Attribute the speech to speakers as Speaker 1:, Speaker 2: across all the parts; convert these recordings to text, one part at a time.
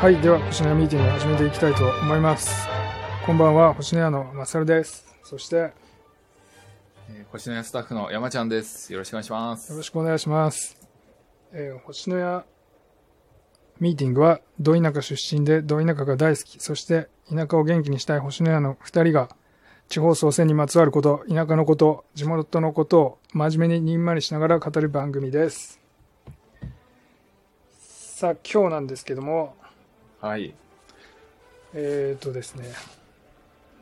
Speaker 1: はい、では、星のやミーティング始めていきたいと思います。こんばんは、星のやのマサルです。そして、よ
Speaker 2: えー星のやスタッフの山ちゃんです。よろしくお願いします。
Speaker 1: ろしくお願いします。えー星のやミーティングは、ど田舎出身で、ど田舎が大好き、そして、田舎を元気にしたい星のやの二人が、地方創生にまつわること、田舎のこと、地元のことを、真面目ににんまりしながら語る番組です。さあ、今日なんですけども、
Speaker 2: はい。
Speaker 1: えっ、ー、とですね、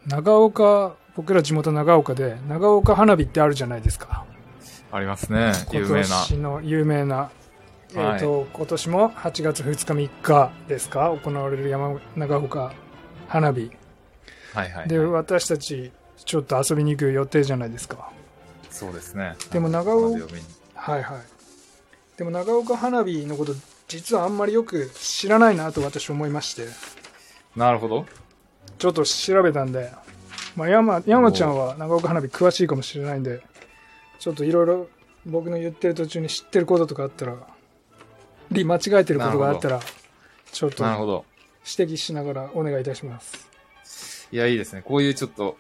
Speaker 1: 長岡、僕ら地元長岡で、長岡花火ってあるじゃないですか。
Speaker 2: ありますね。有名
Speaker 1: 今
Speaker 2: な。
Speaker 1: 年の有名な。えっ、
Speaker 2: はい
Speaker 1: と、今年も8月2日3日ですか、行われる山、長岡花火。
Speaker 2: はいはい。
Speaker 1: で、私たち、ちょっと遊びに行く予定じゃないですか。
Speaker 2: そうですね。
Speaker 1: でも長尾
Speaker 2: まず呼びに
Speaker 1: はいはい。でも長岡花火のこと、実はあんまりよく知らないなと私思いまして、
Speaker 2: なるほど。
Speaker 1: ちょっと調べたんで、まあ、山山ちゃんは長岡花火詳しいかもしれないんで、ちょっといろいろ僕の言ってる途中に知ってることとかあったら、り間違えてることがあったら、ちょっと
Speaker 2: なるほど。
Speaker 1: 指摘しながらお願いいたします。
Speaker 2: いや、いいですね。こういうちょっと、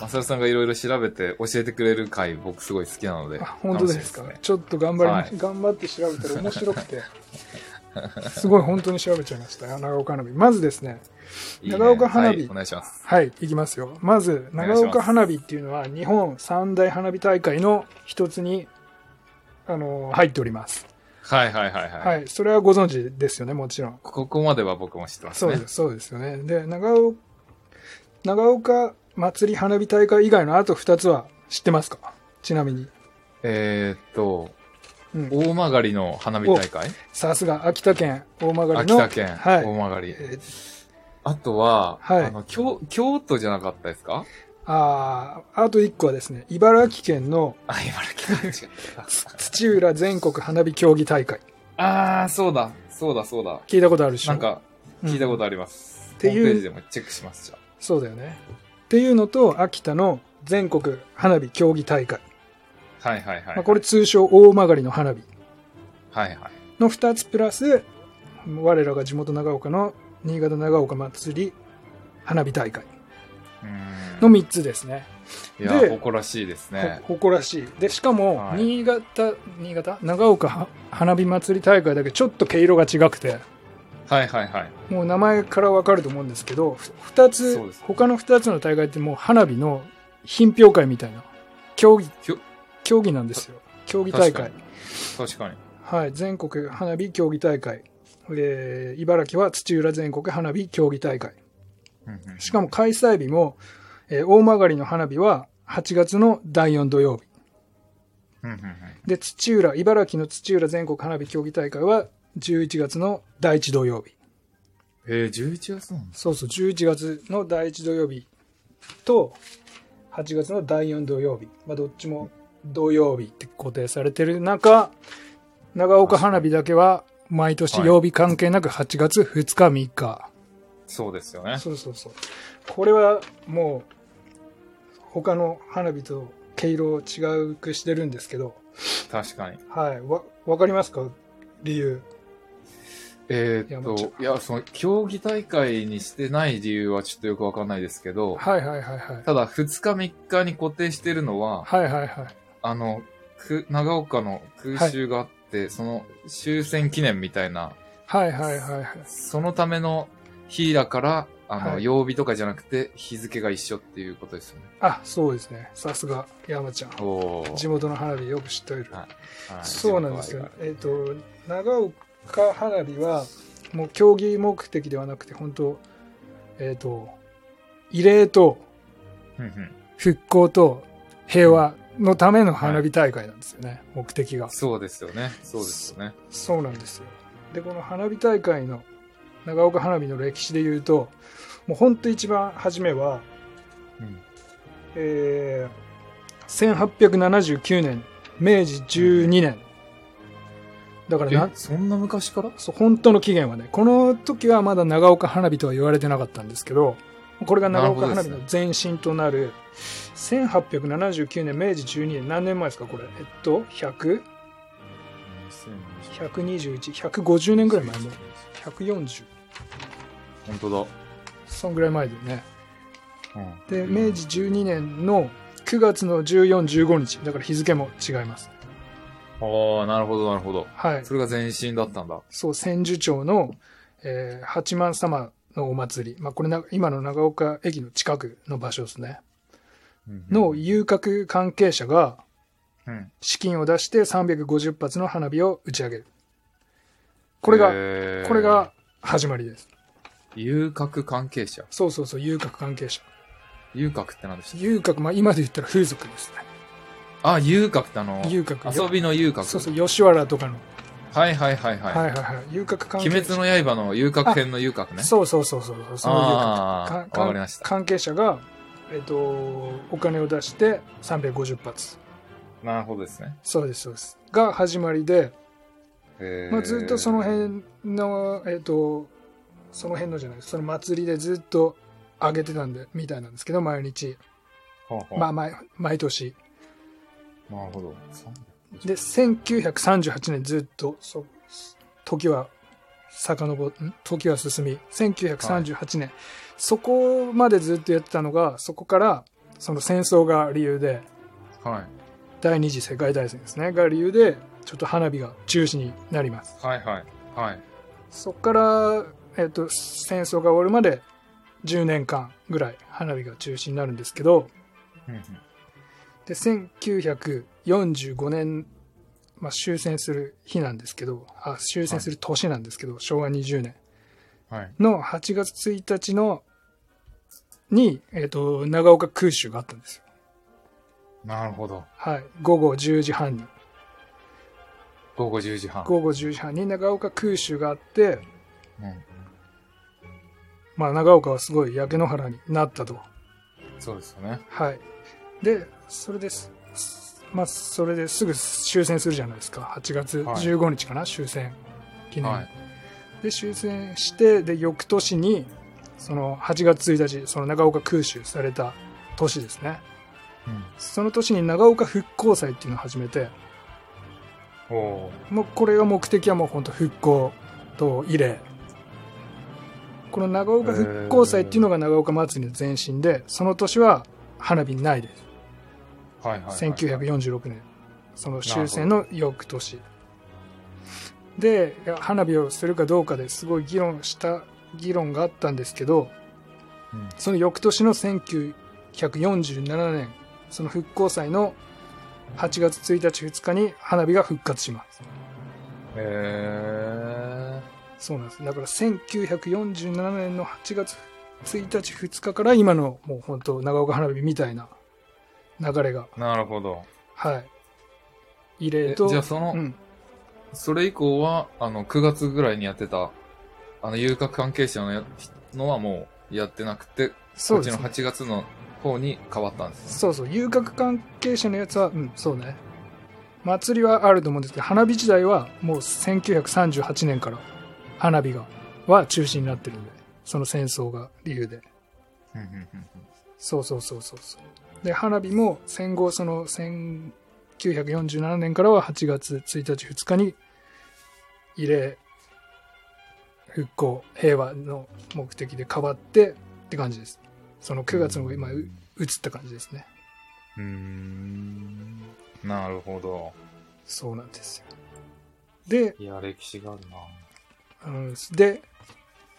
Speaker 2: マサルさんがいろいろ調べて教えてくれる回、僕すごい好きなので。
Speaker 1: あ本当ですか
Speaker 2: 楽しみね
Speaker 1: ちょっと頑張り、
Speaker 2: はい
Speaker 1: 頑張って調べたら面白くて、すごい本当に調べちゃいましたよ、長岡花火。まずですね、
Speaker 2: いいね
Speaker 1: 長岡花火
Speaker 2: はいお願いします。
Speaker 1: はい、いきますよ。まず、
Speaker 2: お願いします
Speaker 1: 長岡花火っていうのは、日本三大花火大会の一つに、あの、入っております。
Speaker 2: はいはいはいはい。
Speaker 1: はい、それはご存知ですよね、もちろん。
Speaker 2: ここまでは僕も知ってます
Speaker 1: そう
Speaker 2: ね。
Speaker 1: です、そうですよね。で、長岡、長岡祭り花火大会以外のあと二つは知ってますかちなみに。
Speaker 2: えーっと、
Speaker 1: うん
Speaker 2: 大曲の花火大会
Speaker 1: さすが、秋田県大曲の。
Speaker 2: 秋田県、
Speaker 1: はい。
Speaker 2: 大曲。
Speaker 1: えー
Speaker 2: あとは、
Speaker 1: はい
Speaker 2: あの京、京都じゃなかったですか
Speaker 1: ああ、あと一個はですね、茨城県の
Speaker 2: あ、茨城県違った。
Speaker 1: 土浦全国花火競技大会。
Speaker 2: ああ、そうだ、そうだ、そうだ。
Speaker 1: 聞いたことあるでしょ
Speaker 2: なんか、聞いた
Speaker 1: と
Speaker 2: ことあります。
Speaker 1: ていう
Speaker 2: ホームページでもチェックします、じゃ
Speaker 1: そうだよね。っていうのと、秋田の全国花火競技大会。
Speaker 2: あはいはいはい。
Speaker 1: まあ、これ通称大曲の花火
Speaker 2: はいはい。
Speaker 1: の2つプラス、我らが地元長岡の新潟長岡祭り花火大会
Speaker 2: うー
Speaker 1: の
Speaker 2: ん。
Speaker 1: 3つですね。
Speaker 2: いや
Speaker 1: で
Speaker 2: ー、誇らしいですね。
Speaker 1: ほ誇らしい。で、しかも、
Speaker 2: はい
Speaker 1: 新潟、新潟長岡は花火祭り大会だけちょっと毛色が違くて、
Speaker 2: はいはいはい。
Speaker 1: もう名前からわかると思うんですけど、ふ二つ、
Speaker 2: そうです
Speaker 1: 他の2つの大会ってもう花火の品評会みたいな、競技
Speaker 2: きょ、
Speaker 1: 競技なんですよ。競技大
Speaker 2: 確か
Speaker 1: 会
Speaker 2: に。確かに。
Speaker 1: はい、全国花火競技大会、えー茨城は土浦全国花火競技大会
Speaker 2: うんうん
Speaker 1: しかも開催日も、えー大曲の花火は8月の第4土曜日
Speaker 2: うんうんうん
Speaker 1: で土浦茨城の土浦全国花火競技大会は11月の第1土曜日
Speaker 2: えー、11月なんです
Speaker 1: そうそう11月の第1土曜日と8月の第4土曜日、まあ、どっちも土曜日って固定されてる中長岡花火だけは毎年曜日関係なく8月2日3日、
Speaker 2: そうですよね。
Speaker 1: そうそうそうこれはもう他の花火と毛色を違うくしてるんですけど
Speaker 2: 確かに。
Speaker 1: はいわわかりますか理由
Speaker 2: えー、っ
Speaker 1: いやも
Speaker 2: と、いや、その、競技大会にしてない理由はちょっとよくわかんないですけど、
Speaker 1: はいはいはいはい
Speaker 2: ただ、2日3日に固定してるのは、
Speaker 1: はいはいはい
Speaker 2: あの、く、長岡の空襲があって、その終戦記念みたいな、
Speaker 1: はいはいはいはい
Speaker 2: そのための日だから、あの、
Speaker 1: はい
Speaker 2: 曜日とかじゃなくて、日付が一緒っていうことですよね。
Speaker 1: あそうですねさすが山ちゃん
Speaker 2: お
Speaker 1: 地元の花火よく知っている、
Speaker 2: は
Speaker 1: そうなんですよ、えっと長岡花火はもう競技目的ではなくて本当えっ、と慰霊と
Speaker 2: うんうん
Speaker 1: 復興と平和のための花火大会なんですよね、目的が
Speaker 2: そうですよね。そうですよね。
Speaker 1: そうなんですよでこの花火大会の長岡花火の歴史で言うともう本当一番初めは、
Speaker 2: うん
Speaker 1: えー1879年明治12年、だからな
Speaker 2: え、そんな昔から
Speaker 1: そう本当の起源はねこの時はまだ長岡花火とは言われてなかったんですけどこれが長岡花火の前身となる1879年明治12年何年前ですかこれえっと10012150年ぐらい前も140
Speaker 2: 本当
Speaker 1: そんぐらい前だよね。
Speaker 2: だ。うん。
Speaker 1: で、明治12年の9月の14、15日。だから日付も違います。
Speaker 2: ああ、なるほど、なるほど。
Speaker 1: はい。
Speaker 2: それが前身だったんだ。
Speaker 1: そう、千住町の、えー八幡様のお祭り。まあ、これな、今の長岡駅の近くの場所ですね。の遊郭関係者が
Speaker 2: うん、
Speaker 1: 資金を出して350発の花火を打ち上げる。これが、
Speaker 2: へー
Speaker 1: これが、始まりです。
Speaker 2: 遊郭関係者。
Speaker 1: そうそうそう、遊郭関係者。
Speaker 2: 遊郭って何でしたっけ
Speaker 1: 遊郭、まあ今で言ったら風俗ですね。
Speaker 2: あ、遊郭ってあの、
Speaker 1: 遊郭。
Speaker 2: 遊びの遊郭。
Speaker 1: そうそう、吉原とかの。
Speaker 2: はいはいはいはい。
Speaker 1: はいはいはい。遊郭関係
Speaker 2: 鬼滅の刃の遊郭編の遊郭ね。
Speaker 1: そうそうそうそうそう。その遊
Speaker 2: あー
Speaker 1: 郭。か
Speaker 2: わかりました
Speaker 1: 関係者が、えっと、お金を出して350発。
Speaker 2: なるほどですね。
Speaker 1: そうです、そうです。が始まりで、
Speaker 2: へー
Speaker 1: まあ、ずっとその。辺の、えっ、と、その辺のじゃないその祭りでずっと上げてたんで、みたいなんですけど、毎日。
Speaker 2: ほうほう
Speaker 1: まあ、毎毎年。
Speaker 2: なるほど。そう
Speaker 1: で、1938年ずっと、そ時は、遡っ、ん時は進み、1938年、そこまでずっとやってたのが、そこから、その戦争が理由で、
Speaker 2: はい。
Speaker 1: 第二次世界大戦ですね、が理由で、ちょっと花火が中止になります。
Speaker 2: はいはい。はい。
Speaker 1: そこから、えっと戦争が終わるまで10年間ぐらい花火が中止になるんですけど
Speaker 2: うんうん
Speaker 1: で1945年、まあ、終戦する日なんですけどあ終戦する年なんですけど、昭和20年
Speaker 2: はい。
Speaker 1: の8月1日のに、えっと長岡空襲があったんですよ、
Speaker 2: なるほど。
Speaker 1: はい、午後10時半に
Speaker 2: 午後10時半。
Speaker 1: 午後10時半に長岡空襲があって、
Speaker 2: うん
Speaker 1: まあ、長岡はすごい焼け野原になったと。
Speaker 2: そうですよね。
Speaker 1: はい。で、それです。まあ、それですぐ終戦するじゃないですか。8月
Speaker 2: はい
Speaker 1: 15日かな、終戦記念。
Speaker 2: はい。
Speaker 1: で、終戦して、で、翌年に、その8月1日、その長岡空襲された年ですね。
Speaker 2: うん
Speaker 1: その年に長岡復興祭っていうのを始めて、
Speaker 2: おー
Speaker 1: もうこれが目的はもう本当復興と慰霊。この長岡復興祭っていうのが長岡祭りの前身で、その年は花火ないです。
Speaker 2: はいはいはい。
Speaker 1: 1946年その終戦の翌年でいや花火をするかどうかですごい議論した議論があったんですけど、
Speaker 2: うん
Speaker 1: その翌年の1947年その復興祭の8月1日2日に花火が復活します
Speaker 2: へえ。
Speaker 1: そうなんですだから1947年の8月1日2日から今のもう本当長岡花火みたいな流れが
Speaker 2: なるほど。
Speaker 1: はい異例
Speaker 2: え
Speaker 1: と
Speaker 2: じゃあその、
Speaker 1: うん、
Speaker 2: それ以降は、あの、9月ぐらいにやってた、あの、遊郭関係者のやのはもうやってなくて、
Speaker 1: そ
Speaker 2: こ
Speaker 1: う
Speaker 2: っち
Speaker 1: で
Speaker 2: の
Speaker 1: すね
Speaker 2: 8月の方に変わったんですね。
Speaker 1: そうそう、遊郭関係者のやつは、うん、そうね。祭りはあると思うんですけど、花火時代はもう1938年から花火が、は中止になってるんで、その戦争が理由で。
Speaker 2: うんうんうん
Speaker 1: そうそうそうそうそう。で、花火も戦後、その1947年からは8月1日、2日に、慰霊、復興、平和の目的で変わってって感じです。その9月の今、う映った感じですね。
Speaker 2: うーん。なるほど。
Speaker 1: そうなんですよ。で、
Speaker 2: いや、歴史があるな。
Speaker 1: うん、で、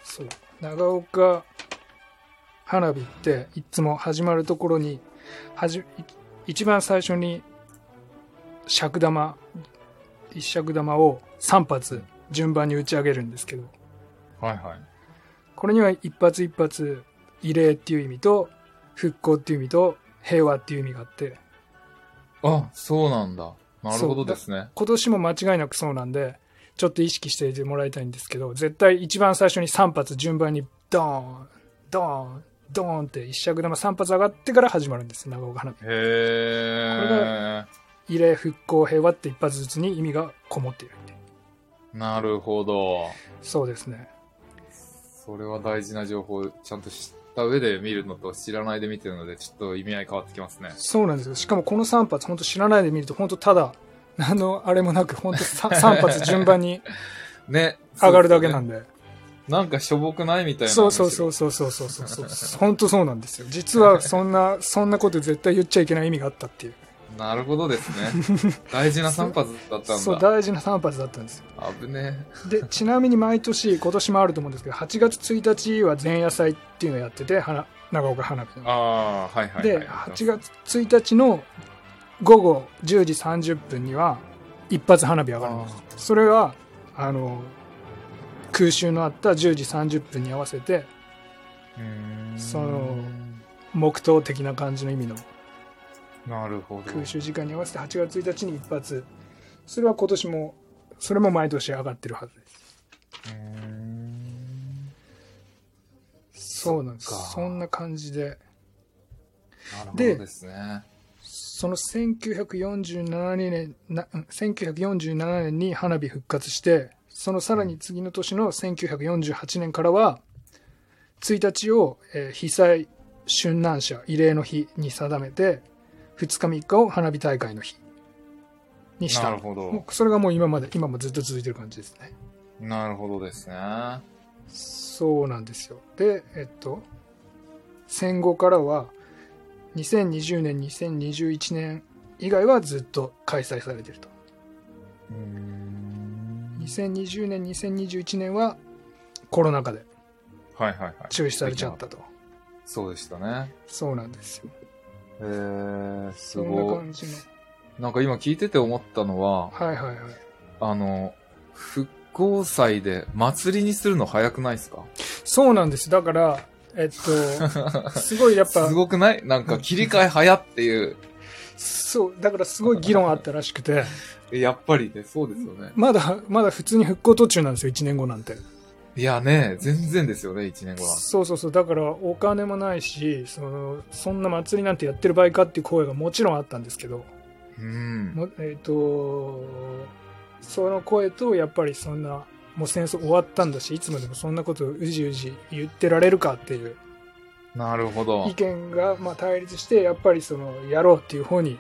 Speaker 1: そう、長岡花火って、いつも始まるところに、はじ、い一番最初に、尺玉、一尺玉を3発順番に打ち上げるんですけど、
Speaker 2: はいはい。
Speaker 1: これには一発一発、慰霊っていう意味と、復興っていう意味と、平和っていう意味があって、
Speaker 2: あ、そうなんだ。なるほ
Speaker 1: そ
Speaker 2: ど
Speaker 1: うだ
Speaker 2: ですね。
Speaker 1: 今年も間違いなくそうなんで、ちょっと意識していてもらいたいんですけど、絶対一番最初に3発順番にドーン、ドーン、ドーンって一尺玉3発上がってから始まるんです、長岡花火。
Speaker 2: へえ。
Speaker 1: 慰霊、復興、平和って一発ずつに意味がこもっている。
Speaker 2: なるほど。
Speaker 1: そうですね。
Speaker 2: それは大事な情報、ちゃんと知った上で見るのと知らないで見てるので、ちょっと意味合い変わってきますね。
Speaker 1: そうなんですよ。しかもこの3発、本当知らないで見ると、本当ただ、何 のあれもなく、本当 3, 3発順番に
Speaker 2: ね。
Speaker 1: 上がるだけなん
Speaker 2: で
Speaker 1: で。
Speaker 2: すなんかしょぼくないみたいな話。
Speaker 1: そうそうそうそうそうそうそうそうそう。本当そうなんですよ。実はそんな、そんなこと絶対言っちゃいけない意味があったっていう。
Speaker 2: なるほどです ね。大事な散髪だった
Speaker 1: そうん
Speaker 2: だ。
Speaker 1: 大事な3発だったんですよ。
Speaker 2: 危ね
Speaker 1: で、ちなみに毎年、今年もあると思うんですけど、8月1日は前夜祭っていうのをやってて、花長岡花火
Speaker 2: え。
Speaker 1: の
Speaker 2: ああ、はいはいはい。
Speaker 1: で、8月1日の午後10時30分には、一発花火上がるんです。それは、あの、空襲のあった10時30分に合わせて、
Speaker 2: うーん
Speaker 1: その黙祷的な感じの意味の
Speaker 2: なるほど。
Speaker 1: 空襲時間に合わせて8月1日に一発それは今年もそれも毎年上がってるはずです
Speaker 2: うーん
Speaker 1: そうなんです
Speaker 2: そっ
Speaker 1: そ
Speaker 2: か
Speaker 1: んな感じで
Speaker 2: なるほど
Speaker 1: で
Speaker 2: ですね。
Speaker 1: その1947年なうん1947年に花火復活してそのさらに次の年の1948年からは1日を、えー被災春難者慰霊の日に定めて2日3日を花火大会の日にし
Speaker 2: な
Speaker 1: た
Speaker 2: るほど
Speaker 1: も。うそれがもう今まで今もずっと続いてる感じですね
Speaker 2: なるほどですね。あ
Speaker 1: そうなんですよでえっと戦後からは2020年2021年以外はずっと開催されてると2020年2021年はコロナ禍で
Speaker 2: はいはいはい。
Speaker 1: 中止されちゃったと
Speaker 2: そうでしたね。
Speaker 1: そうなんですよ
Speaker 2: えー、す
Speaker 1: そんな
Speaker 2: ごい。
Speaker 1: 感じの
Speaker 2: なんか今聞いてて思ったのは、
Speaker 1: はいはいはい
Speaker 2: あの、復興祭で祭りにするの早くないですか
Speaker 1: そうなんですだからえっ とすごいやっぱ
Speaker 2: すごくないなんか切り替え早っていう。
Speaker 1: そうだからすごい議論あったらしくて
Speaker 2: やっぱりね、そうですよね。
Speaker 1: まだまだ普通に復興途中なんですよ1年後なんて
Speaker 2: いやね、全然ですよね、1年後は。
Speaker 1: そうそうそうだからお金もないしそのそんな祭りなんてやってる場合かっていう声がもちろんあったんですけど、
Speaker 2: うん。
Speaker 1: もえっとその声とやっぱりそんなもう戦争終わったんだしいつまでもそんなことをうじうじ言ってられるかっていう
Speaker 2: なるほ
Speaker 1: 意
Speaker 2: ど。
Speaker 1: 見がまあ対立してやっぱりそのやろうっていう方に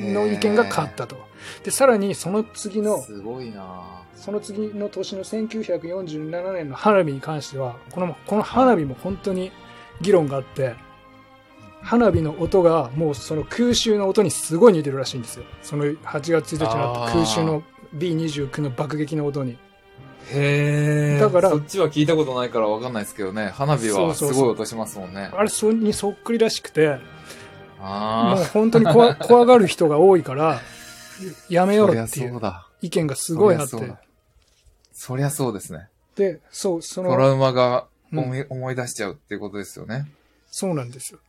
Speaker 1: の意見が勝ったとでさらにその次の
Speaker 2: すごいな
Speaker 1: その次の年の1947年の花火に関してはこのこの花火も本当に議論があって花火の音がもうその空襲の音にすごい似てるらしいんですよその8月1日の
Speaker 2: あ
Speaker 1: あっ
Speaker 2: ー
Speaker 1: た空襲の B29 の爆撃の音に
Speaker 2: へえ。
Speaker 1: だから
Speaker 2: そっちは聞いたことないからわかんないですけどね、花火はす
Speaker 1: そうそう
Speaker 2: ご
Speaker 1: そ
Speaker 2: いう音しますもんね。
Speaker 1: あれそれにそっくりらしくてもう
Speaker 2: あ
Speaker 1: 本当に 怖怖がる人が多いからや
Speaker 2: あ。
Speaker 1: めよ
Speaker 2: そうりゃ
Speaker 1: ってい
Speaker 2: そう
Speaker 1: う
Speaker 2: だ。
Speaker 1: 意見がすごいあっ
Speaker 2: そりゃそう
Speaker 1: て
Speaker 2: だそりゃそうですね。
Speaker 1: でそうそ
Speaker 2: ト
Speaker 1: の
Speaker 2: ラウマが思い,、思い出しちゃうっていうことですよね。
Speaker 1: そうなんですよ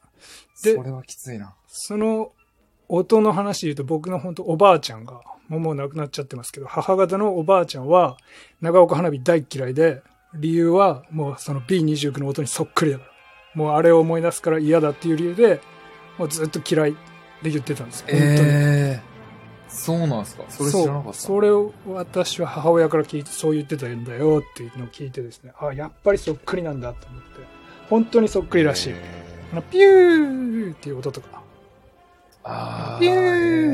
Speaker 2: そ
Speaker 1: で
Speaker 2: れはきついな。
Speaker 1: その音の話で言うと僕の本当おばあちゃんが、もうもう亡くなっちゃってますけど、母方のおばあちゃんは長岡花火大嫌いで、理由はもうその B29 の音にそっくりだから。もうあれを思い出すから嫌だっていう理由で、もうずっと嫌いで言ってたんですよ。本当に。
Speaker 2: ええー。そうなんですかそれ知ら
Speaker 1: そ
Speaker 2: なかっ
Speaker 1: う
Speaker 2: た。
Speaker 1: それを私は母親から聞いてそう言ってたんだよっていうのを聞いてですねあやっぱりそっくりなんだと思って本当にそっくりらしい、
Speaker 2: へー
Speaker 1: あのピューっていう音とか
Speaker 2: ああ。
Speaker 1: ピュ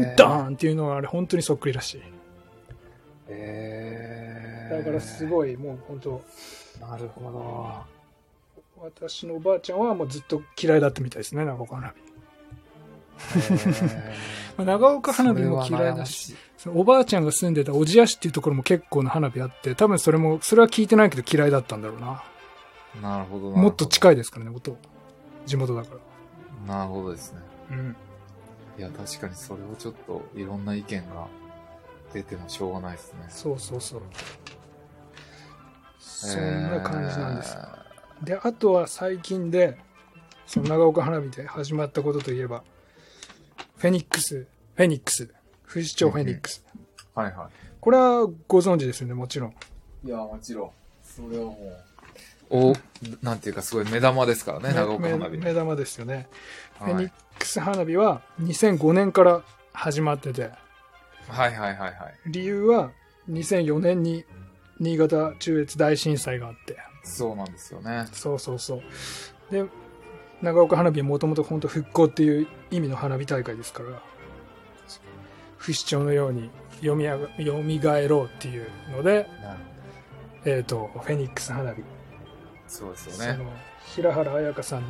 Speaker 1: ード
Speaker 2: ン
Speaker 1: ーンっていうのはあれ本当にそっくりらしい
Speaker 2: ええ
Speaker 1: だからす
Speaker 2: い。
Speaker 1: ごいもう本当
Speaker 2: なる ほど。
Speaker 1: 私のおばあちゃんはもうずっと嫌いだったみたいですね長岡花火、
Speaker 2: へ
Speaker 1: まあ長岡
Speaker 2: ー
Speaker 1: 花火も嫌いだし。そのおばあちゃんが住んでた小千谷市っていうところも結構な花火あって多分それもそれは聞いてないけど嫌いだったんだろうな
Speaker 2: それは悩ましいなるほど。
Speaker 1: もっと
Speaker 2: い。
Speaker 1: 近いですからね音地元だか
Speaker 2: なるほどですね。
Speaker 1: らうん
Speaker 2: いや、確かにそれをちょっといろんな意見が出てもしょうがないですね。
Speaker 1: そうそうそうそんな感じなんです、であとは最近でその長岡花火で始まったことといえばフェニックスフェニックス富士町フェニックス、
Speaker 2: えーはいは
Speaker 1: これはご存知ですよねもちろん
Speaker 2: い。いや、もちろん。それはもう。お、なんていうかすごい目玉ですからね、長岡花火。
Speaker 1: 目目玉ですよね、
Speaker 2: は
Speaker 1: フェ
Speaker 2: い
Speaker 1: ニックス花火は2005年から始まってて
Speaker 2: はいはいはいはい。
Speaker 1: 理由は2004年に新潟中越大震災があって
Speaker 2: そうなんですよね。
Speaker 1: そうそうそうで長岡花火はもともと本当復興っていう意味の花火大会ですから不死鳥のように読みあが蘇ろうっていうので
Speaker 2: なる
Speaker 1: えっ、と、フェニックス花火。
Speaker 2: そうです
Speaker 1: そ
Speaker 2: よね。
Speaker 1: の平原綾香さんの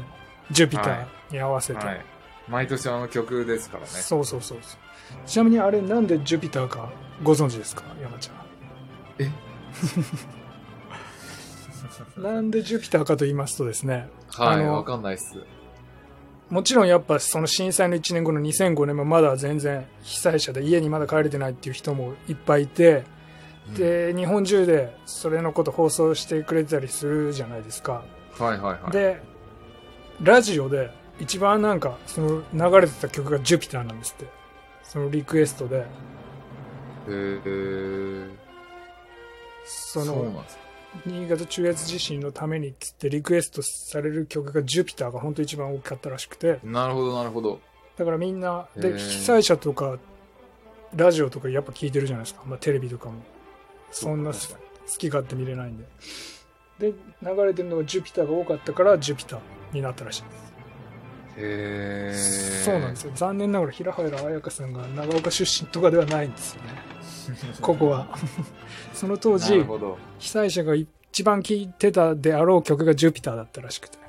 Speaker 1: ジュピタ
Speaker 2: は
Speaker 1: ーに合わせて。
Speaker 2: はい。毎年あの曲ですからね。
Speaker 1: そうそうそうそう。ちなみにあれなんでジュピターかご存知ですか山ちゃ
Speaker 2: え
Speaker 1: ん。 なんでジュピターかと言いますとですね、
Speaker 2: は
Speaker 1: あ
Speaker 2: い、
Speaker 1: の
Speaker 2: わかんないっす。
Speaker 1: もちろんやっぱその震災の1年後の2005年もまだ全然被災者で家にまだ帰れてないっていう人もいっぱいいて、で、日本中でそれのこと放送してくれてたりするじゃないですか。
Speaker 2: うん、はいはいはい。
Speaker 1: で、ラジオで一番なんかその流れてた曲がジュピターなんですって。そのリクエストで、
Speaker 2: えー、
Speaker 1: そ
Speaker 2: そうな
Speaker 1: の
Speaker 2: んです
Speaker 1: 新潟中越地震のためにっつってリクエストされる曲がジュピターが本当一番大きかったらしくて、
Speaker 2: なるほどなるほど。
Speaker 1: だからみんな、
Speaker 2: へ
Speaker 1: で、
Speaker 2: ー
Speaker 1: 被災者とか、ラジオとかやっぱ聞いてるじゃないですか。まあテレビとかも。そんな好
Speaker 2: そうか
Speaker 1: き勝手見れないんで。で、流れてるのがジュピターが多かったから、ジュピターになったらしい
Speaker 2: へ
Speaker 1: で
Speaker 2: え
Speaker 1: す。そうなんですすよ。残念ながら平原綾香さんが長岡出身とかではないんですよ ね。ここは。その当
Speaker 2: なる
Speaker 1: 時、
Speaker 2: ほど。
Speaker 1: 被災者が一番聴いてたであろう曲がジュピターだったらしくて。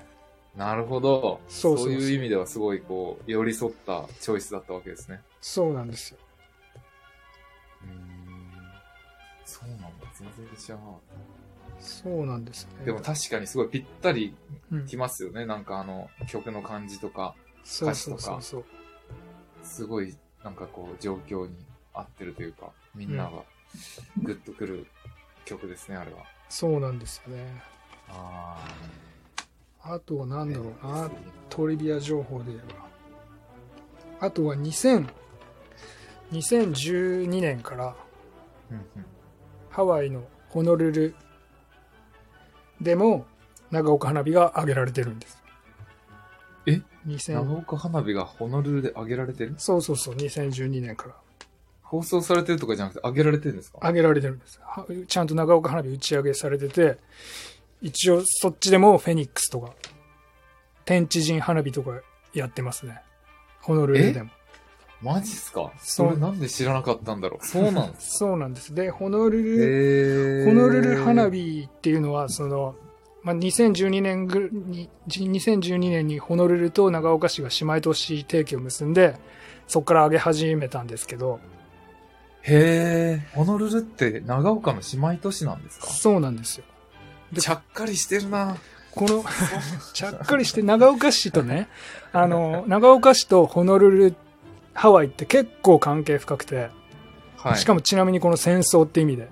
Speaker 2: なるほど。
Speaker 1: そうそうそう
Speaker 2: いう意味ではすごいこう、寄り添ったチョイスだったわけですね。
Speaker 1: そうなんですよ。
Speaker 2: うーん。そうなんだ。全然知らなかっ
Speaker 1: そうなんです
Speaker 2: た。
Speaker 1: ね。
Speaker 2: でも確かにすごいぴったり
Speaker 1: うん
Speaker 2: きますよね。なんかあの、曲の感じとか、
Speaker 1: そうそうそうそう。
Speaker 2: すごいなんかこう、状況に合ってるというか、みんながグッとくる曲ですね、あれは。
Speaker 1: そうなんですよね。
Speaker 2: あ
Speaker 1: あとは
Speaker 2: あ
Speaker 1: 何だろうな、
Speaker 2: ね
Speaker 1: トリビア情報で言えば。あとは2000、2012年から
Speaker 2: うんうん
Speaker 1: ハワイのホノルルでも長岡花火が挙げられてるんです。
Speaker 2: え
Speaker 1: ?2000、
Speaker 2: 長岡花火がホノルルで上げられてる
Speaker 1: そうそうそう、2012年から
Speaker 2: 放送されてるとかじゃなくて上げられてるんですか
Speaker 1: 挙げられてるんです。はちゃんと長岡花火打ち上げされてて、一応そっちでもフェニックスとか、天地人花火とかやってますね。ホノルルでも。
Speaker 2: マジっすか
Speaker 1: そう
Speaker 2: それなんで知らなかったんだろうそうなんです。
Speaker 1: そうなんです。で、ホノル
Speaker 2: へ
Speaker 1: ル、
Speaker 2: ー
Speaker 1: ホノルル花。火っていうのは、その、まあ、2012年ぐに、2012年にホノルルと長岡市が姉妹都市提携を結んで、そこから上げ始めたんですけど、
Speaker 2: へーホノルルって長岡の姉妹都市なんですか
Speaker 1: そうなんですよ。で
Speaker 2: ちゃっかりしてるな
Speaker 1: この、ちゃっかりして長岡市とね、あの、長岡市とホノルル、ハワイって結構関係深くて、
Speaker 2: はい。
Speaker 1: しか
Speaker 2: も。
Speaker 1: もちなみにこの戦争って意味で、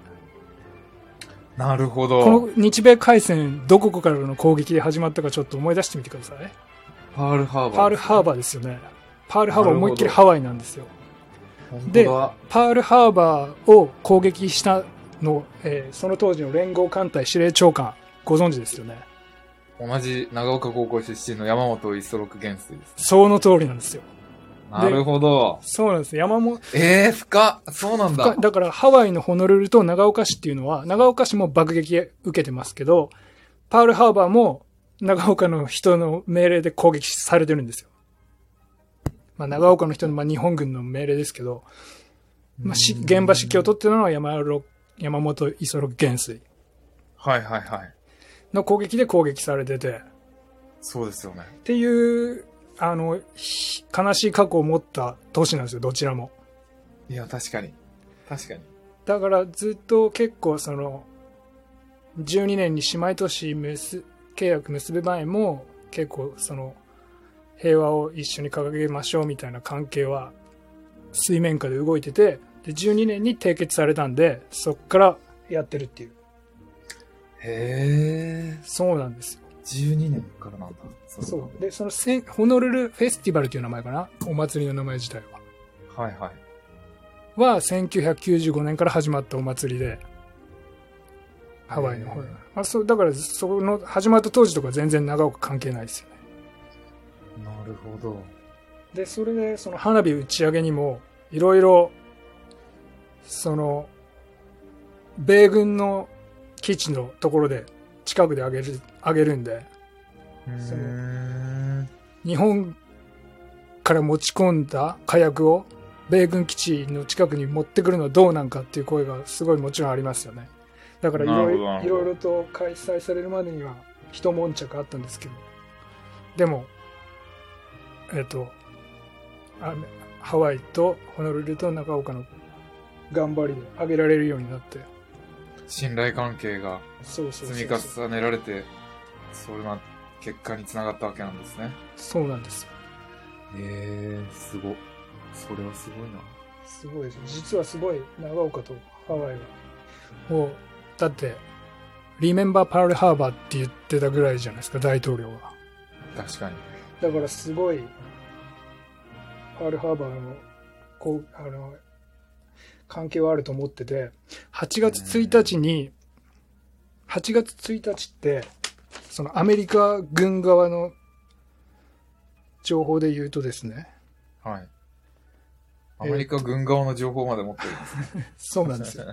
Speaker 2: なるほ
Speaker 1: この
Speaker 2: ど。
Speaker 1: 日米海戦どこからの攻撃で始まったかちょっと思い出してみてください。
Speaker 2: パールハーバー。
Speaker 1: パールハー
Speaker 2: バ
Speaker 1: バーですよね。パールハーバー
Speaker 2: なるほど
Speaker 1: 思いっきりハワイなんですよ。
Speaker 2: ー。本
Speaker 1: で
Speaker 2: 当だ。
Speaker 1: パールハーバーを攻撃したの、えーその当時の連合艦隊司令長官、ご存知ですよね。
Speaker 2: 同じ長岡高校出身の山本一六元帥です。
Speaker 1: その通りなんですよ。
Speaker 2: なるほど。
Speaker 1: そうなんです。山も、
Speaker 2: えー、深っそうなんだ。
Speaker 1: だからハワイのホノルルと長岡市っていうのは、長岡市も爆撃受けてますけど、パールハーバーも長岡の人の命令で攻撃されてるんですよ。まあ、長岡の人の、まあ、日本軍の命令ですけど、まあ、し現場指揮を取ってるのは山ろ山本五十六元帥
Speaker 2: はいはいはい。
Speaker 1: の攻撃で攻撃されてて、
Speaker 2: そうですよね。
Speaker 1: っていう、あの、ひ悲しい過去を持った都市なんですよ、どちらも。
Speaker 2: いや、確かに。確かに。
Speaker 1: だからずっと結構その、12年に姉妹都市結契約結ぶ前も、結構その、平和を一緒に掲げましょうみたいな関係は、水面下で動いてて、で、12年に締結されたんで、そっからやってるっていう。
Speaker 2: へー
Speaker 1: そうなんですよ。
Speaker 2: 12年からなんだ。そ
Speaker 1: そう。で、そのせん、ホノルルフェスティバルという名前かなお祭りの名前自体は。
Speaker 2: はいはい。
Speaker 1: は、1995年から始まったお祭りで、ハワイの方
Speaker 2: へー
Speaker 1: まあ、そう、だから、そこの、始まった当時とか全然長岡関係ないですよね。
Speaker 2: なるほど。
Speaker 1: で、それで、その花火打ち上げにも、いろいろ、その、米軍の基地のところで、近くで上げる、上げるんで、
Speaker 2: う
Speaker 1: そ
Speaker 2: ーん。
Speaker 1: 日本から持ち込んだ火薬を米軍基地の近くに持ってくるのはどうなんかっていう声がすごいもちろんありますよね。だからい
Speaker 2: な
Speaker 1: ろ
Speaker 2: る
Speaker 1: い
Speaker 2: ほどなる
Speaker 1: ろ
Speaker 2: ほ
Speaker 1: い
Speaker 2: ど
Speaker 1: ろいろと開催されるまでには一悶着あったんですけどでもえっ、とあハワイとホノルルと中岡の頑張りで上げられるようになって
Speaker 2: 信頼関係が
Speaker 1: そうそうそう
Speaker 2: 積み
Speaker 1: そう
Speaker 2: 重ねられて、それな結果につながったわけなんですね。
Speaker 1: そうなんですよ
Speaker 2: へえ、すご。それはすごいな。
Speaker 1: すごいです実はすごい長岡とハワイはもうだって「リメンバー・パール・ハーバー」って言ってたぐらいじゃないですか大統領は
Speaker 2: 確かに。
Speaker 1: だからすごいパールハーバーのこうあの関係はあると思ってて8月1日に8月1日ってそのアメリカ軍側の情報で言うとですね
Speaker 2: はい。アメリカ軍側の情報まで持ってるんですね。
Speaker 1: そうなんですよ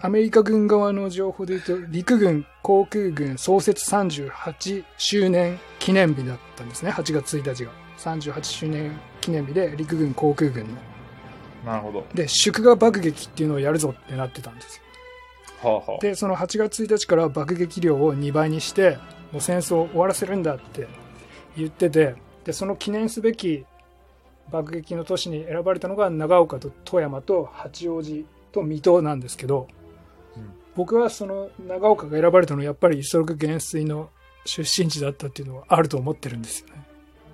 Speaker 1: アメリカ軍側の情報で言うと陸軍航空軍創設38周年記念日だったんですね8月1日が38周年記念日で陸軍航空軍の
Speaker 2: なるほど。は
Speaker 1: で祝賀爆撃っていうのをやるぞってなってたんですよ
Speaker 2: あ、は
Speaker 1: でその8月1日から爆撃量を2倍にしてもう戦争を終わらせるんだって言っててでその記念すべき爆撃の都市に選ばれたのが長岡と富山と八王子と水戸なんですけど、
Speaker 2: うん
Speaker 1: 僕はその長岡が選ばれたのはやっぱり磯六元帥の出身地だったっていうのはあると思ってるんですよね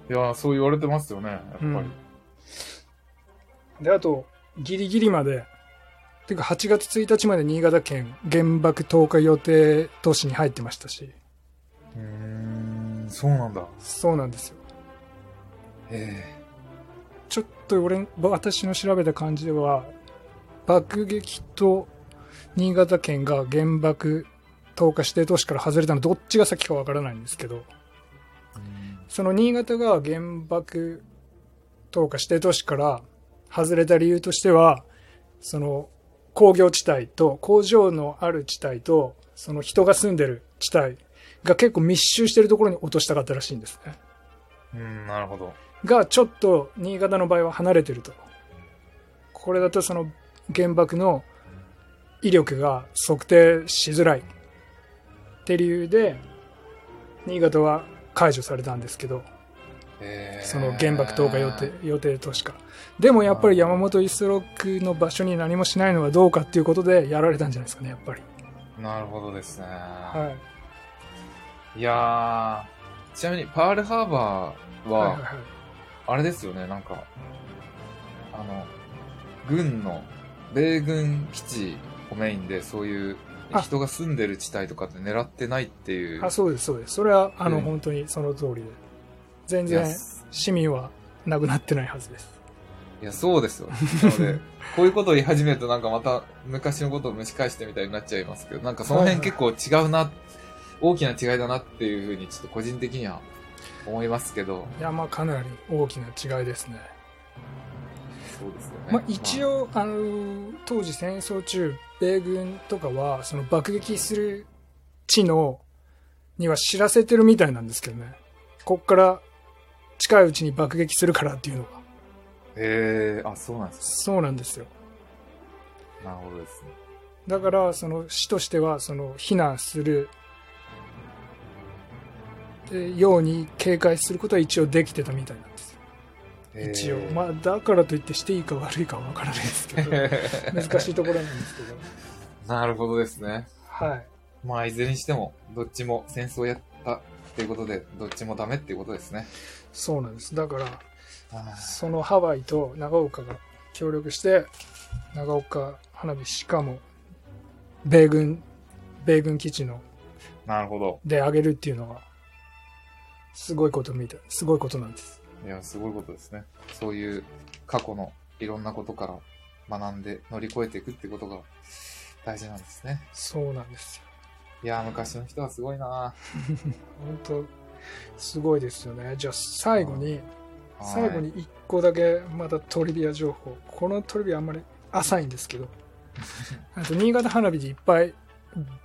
Speaker 2: あ。いや、そう言われてますよね、やっぱり。
Speaker 1: うんであとギリギリまでてか8月1日まで新潟県原爆投下予定都市に入ってましたし
Speaker 2: うーん、そうなんだ。
Speaker 1: そうなんですよ
Speaker 2: へ
Speaker 1: ちょっと俺私の調べた感じでは爆撃と新潟県が原爆投下指定都市から外れたのどっちが先かわからないんですけど
Speaker 2: え。うん
Speaker 1: その新潟が原爆投下指定都市から外れた理由としては、その工業地帯と工場のある地帯と、その人が住んでる地帯が結構密集してるところに落としたかったらしいんですね。
Speaker 2: うん、なるほど。
Speaker 1: が、ちょっと新潟の場合は離れてると。これだとその原爆の威力が測定しづらい。って理由で、新潟は解除されたんですけど、
Speaker 2: へえ。
Speaker 1: その原爆投下予定予定都市かでもやっぱり山本五十六の場所に何もしないのはどうかっていうことでやられたんじゃないですかねやっぱり
Speaker 2: なるほどですね。
Speaker 1: はい
Speaker 2: い、やー、ちなみにパールハーバー
Speaker 1: はいはい
Speaker 2: は、
Speaker 1: はい
Speaker 2: あれですよね、なんか、あの、軍の、米軍基地をメインで、そういう
Speaker 1: あ
Speaker 2: 人が住んでる地帯とかって狙ってないっていう。
Speaker 1: あそうですそうですそれはあの、
Speaker 2: うん
Speaker 1: 本当にその通りで全
Speaker 2: いや
Speaker 1: 然市民はなくなってないはずです
Speaker 2: いや、そうですよ。なの で、こういうことを言い始めるとなんかまた昔のことを蒸し返してみたいになっちゃいますけど、なんかその辺結構違うな、大きな違いだなっていうふうにちょっと個人的には思いますけど、
Speaker 1: いやまあかなり大きな違いですね
Speaker 2: そうですよね。
Speaker 1: まあ、一応、あのー当時戦争中米軍とかはその爆撃する地のには知らせてるみたいなんですけどねこっから近いうちに爆撃するからっていうのが
Speaker 2: へえあ、そうなんです
Speaker 1: そうなんですよ
Speaker 2: ね。なるほどですね。
Speaker 1: だからその市としてはその避難するえーように警戒することは一応できてたみたいなんですよ一応
Speaker 2: へえ
Speaker 1: まあだからといってしていいか悪いかは分からないですけど難しいところなんですけど
Speaker 2: なるほどですね。
Speaker 1: はい
Speaker 2: まあ、いずれにしても、どっちも戦争やったっていうことで、どっちもダメっていうことですね。
Speaker 1: そうなんですだから
Speaker 2: あ
Speaker 1: そのハワイと長岡が協力して長岡花火しかも米軍米軍基地の
Speaker 2: ーなるほど。
Speaker 1: で上げるっていうのはすごいことみたいすごいことなんです
Speaker 2: いや、すごいことですね。そういう過去のいろんなことから学んで乗り越えていくってことが大事なんですね。
Speaker 1: そうなんですよ
Speaker 2: いやー、昔の人はすごいな
Speaker 1: 本当すごいですよねじゃあ最後に
Speaker 2: ー
Speaker 1: 最後。
Speaker 2: は
Speaker 1: に1個だけまたトリビア情報このトリビアあんまり浅いんですけ どあと新潟花火でいっぱい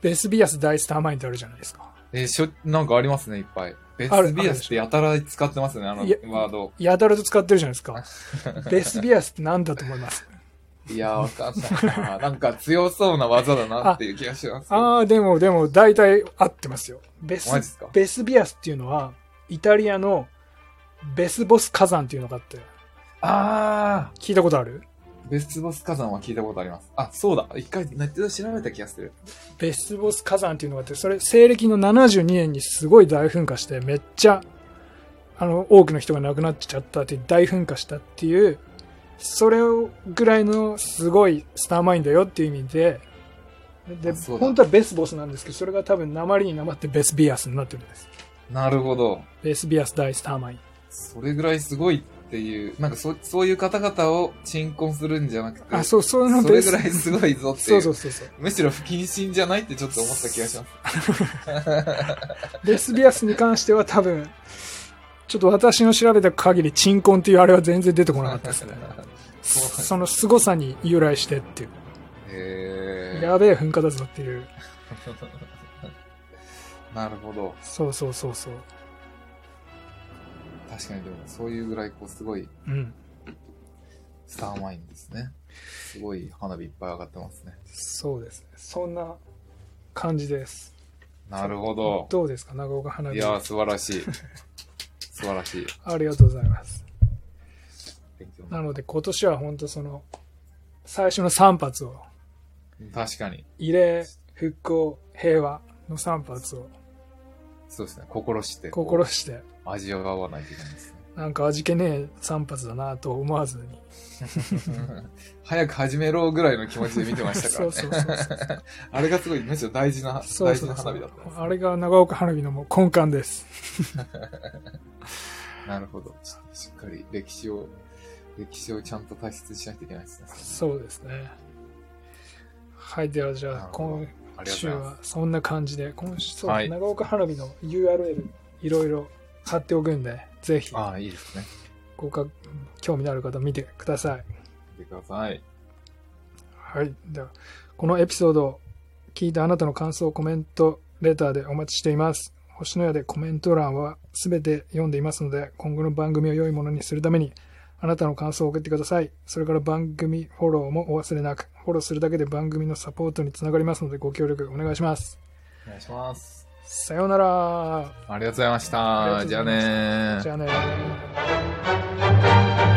Speaker 1: ベスビアス大スターマインってあるじゃないですか
Speaker 2: いえーしょ、なんかありますね、いっぱい。ベ
Speaker 1: ある
Speaker 2: スビアスってやたら使ってますね、あの
Speaker 1: いや
Speaker 2: ワード。
Speaker 1: やたらと使ってるじゃないですか。ベスビアスって何だと思います
Speaker 2: いやー、 わかんないな。なんか強そうな技だなっていう気がします。
Speaker 1: ああ、でも、でも、大体合ってますよ。ベ
Speaker 2: マジっす
Speaker 1: ス
Speaker 2: か、
Speaker 1: ベスビアスっていうのは、イタリアのベスボス火山っていうのがあって、
Speaker 2: あ
Speaker 1: 聞いたことある
Speaker 2: ー、ベスボス火山は聞いたことあります。あ、そうだ。一回ネットで調べた気がする。
Speaker 1: ベスボス火山っていうのがあって、それ、西暦の72年にすごい大噴火して、めっちゃ、あの、多くの人が亡くなっちゃったっていう、大噴火したっていう、それをぐらいのすごいスターマインだよっていう意味で、で、
Speaker 2: あそうだ
Speaker 1: 本当はベスボスなんですけど、それが多分鉛に鉛ってベスビアスになってるんです。
Speaker 2: なるほど。
Speaker 1: ベスビアス大スターマイン。
Speaker 2: それぐらいすごいっていう、なんかそそういう方々を鎮魂するんじゃなくて、
Speaker 1: あ、そう、そうの
Speaker 2: それぐらいすごいぞってい。
Speaker 1: そううそうそうそう。
Speaker 2: むしろ不謹慎じゃないってちょっと思った気がします。
Speaker 1: ベスビアスに関しては多分、ちょっと私の調べた限り、鎮魂っていうあれは全然出てこなかったですね。
Speaker 2: そう
Speaker 1: その凄さに由来してっていう。
Speaker 2: へー。
Speaker 1: やべえ噴火だぞっていう。
Speaker 2: なるほど。
Speaker 1: そうそうそうそう。
Speaker 2: 確かにでも、そういうぐらいこう、すごい
Speaker 1: うん。
Speaker 2: スターマインですね。すごい花火いっぱい上がってますね。
Speaker 1: そうですね。そんな感じです。
Speaker 2: なるほど。
Speaker 1: どうですか長岡花
Speaker 2: い
Speaker 1: 火。
Speaker 2: やー、素晴らしい。素晴らしい。
Speaker 1: ありがとうございます。
Speaker 2: 勉強にな
Speaker 1: な
Speaker 2: る
Speaker 1: ので今年は本当その、最初の3発を、
Speaker 2: 確かに。
Speaker 1: 慰霊、復興、平和の3発を
Speaker 2: そうですね。心して、こう
Speaker 1: 心して、
Speaker 2: 味わわないといけないです
Speaker 1: なんか味気ねえ3発だなと思わずに。
Speaker 2: ね。早く始めろぐらいの気持ちで見てましたか
Speaker 1: そうそう
Speaker 2: ら
Speaker 1: そう
Speaker 2: ね。
Speaker 1: そう。
Speaker 2: あれがすごい、むしろ大事な、
Speaker 1: そう
Speaker 2: 大
Speaker 1: そ
Speaker 2: 事
Speaker 1: う
Speaker 2: な
Speaker 1: そ
Speaker 2: 花火だ
Speaker 1: う
Speaker 2: ったんですね
Speaker 1: あれが長岡花火のもう根幹です。
Speaker 2: なるほど。ちょっとしっかり歴史を、歴史をちゃんと大切にしないといけないですね。
Speaker 1: そうですね。はい、ではじゃ
Speaker 2: な
Speaker 1: あ
Speaker 2: るほど
Speaker 1: 今
Speaker 2: ありがと
Speaker 1: 週
Speaker 2: うございま
Speaker 1: はそんな感じで、今週、そう
Speaker 2: はい
Speaker 1: 長岡花火の URL いろいろ貼っておくんで、ぜひ
Speaker 2: す。ああ、いいですね。
Speaker 1: ごか興味のある方見てください。
Speaker 2: 見てください。
Speaker 1: はい、ではこのエピソードを聞いたあなたの感想、コメント、レターでお待ちしています。星のやでコメント欄は全て読んでいますので、今後の番組を良いものにするために、あなたの感想を送ってください。それから番組フォローもお忘れなく、フォローするだけで番組のサポートにつながりますので、ご協力お願いします。
Speaker 2: お願いします。
Speaker 1: さようなら。
Speaker 2: ありがとうございまし
Speaker 1: あ
Speaker 2: た。
Speaker 1: り
Speaker 2: じゃ
Speaker 1: がと
Speaker 2: あ
Speaker 1: うご
Speaker 2: ね
Speaker 1: ざいました
Speaker 2: ー
Speaker 1: じゃあね。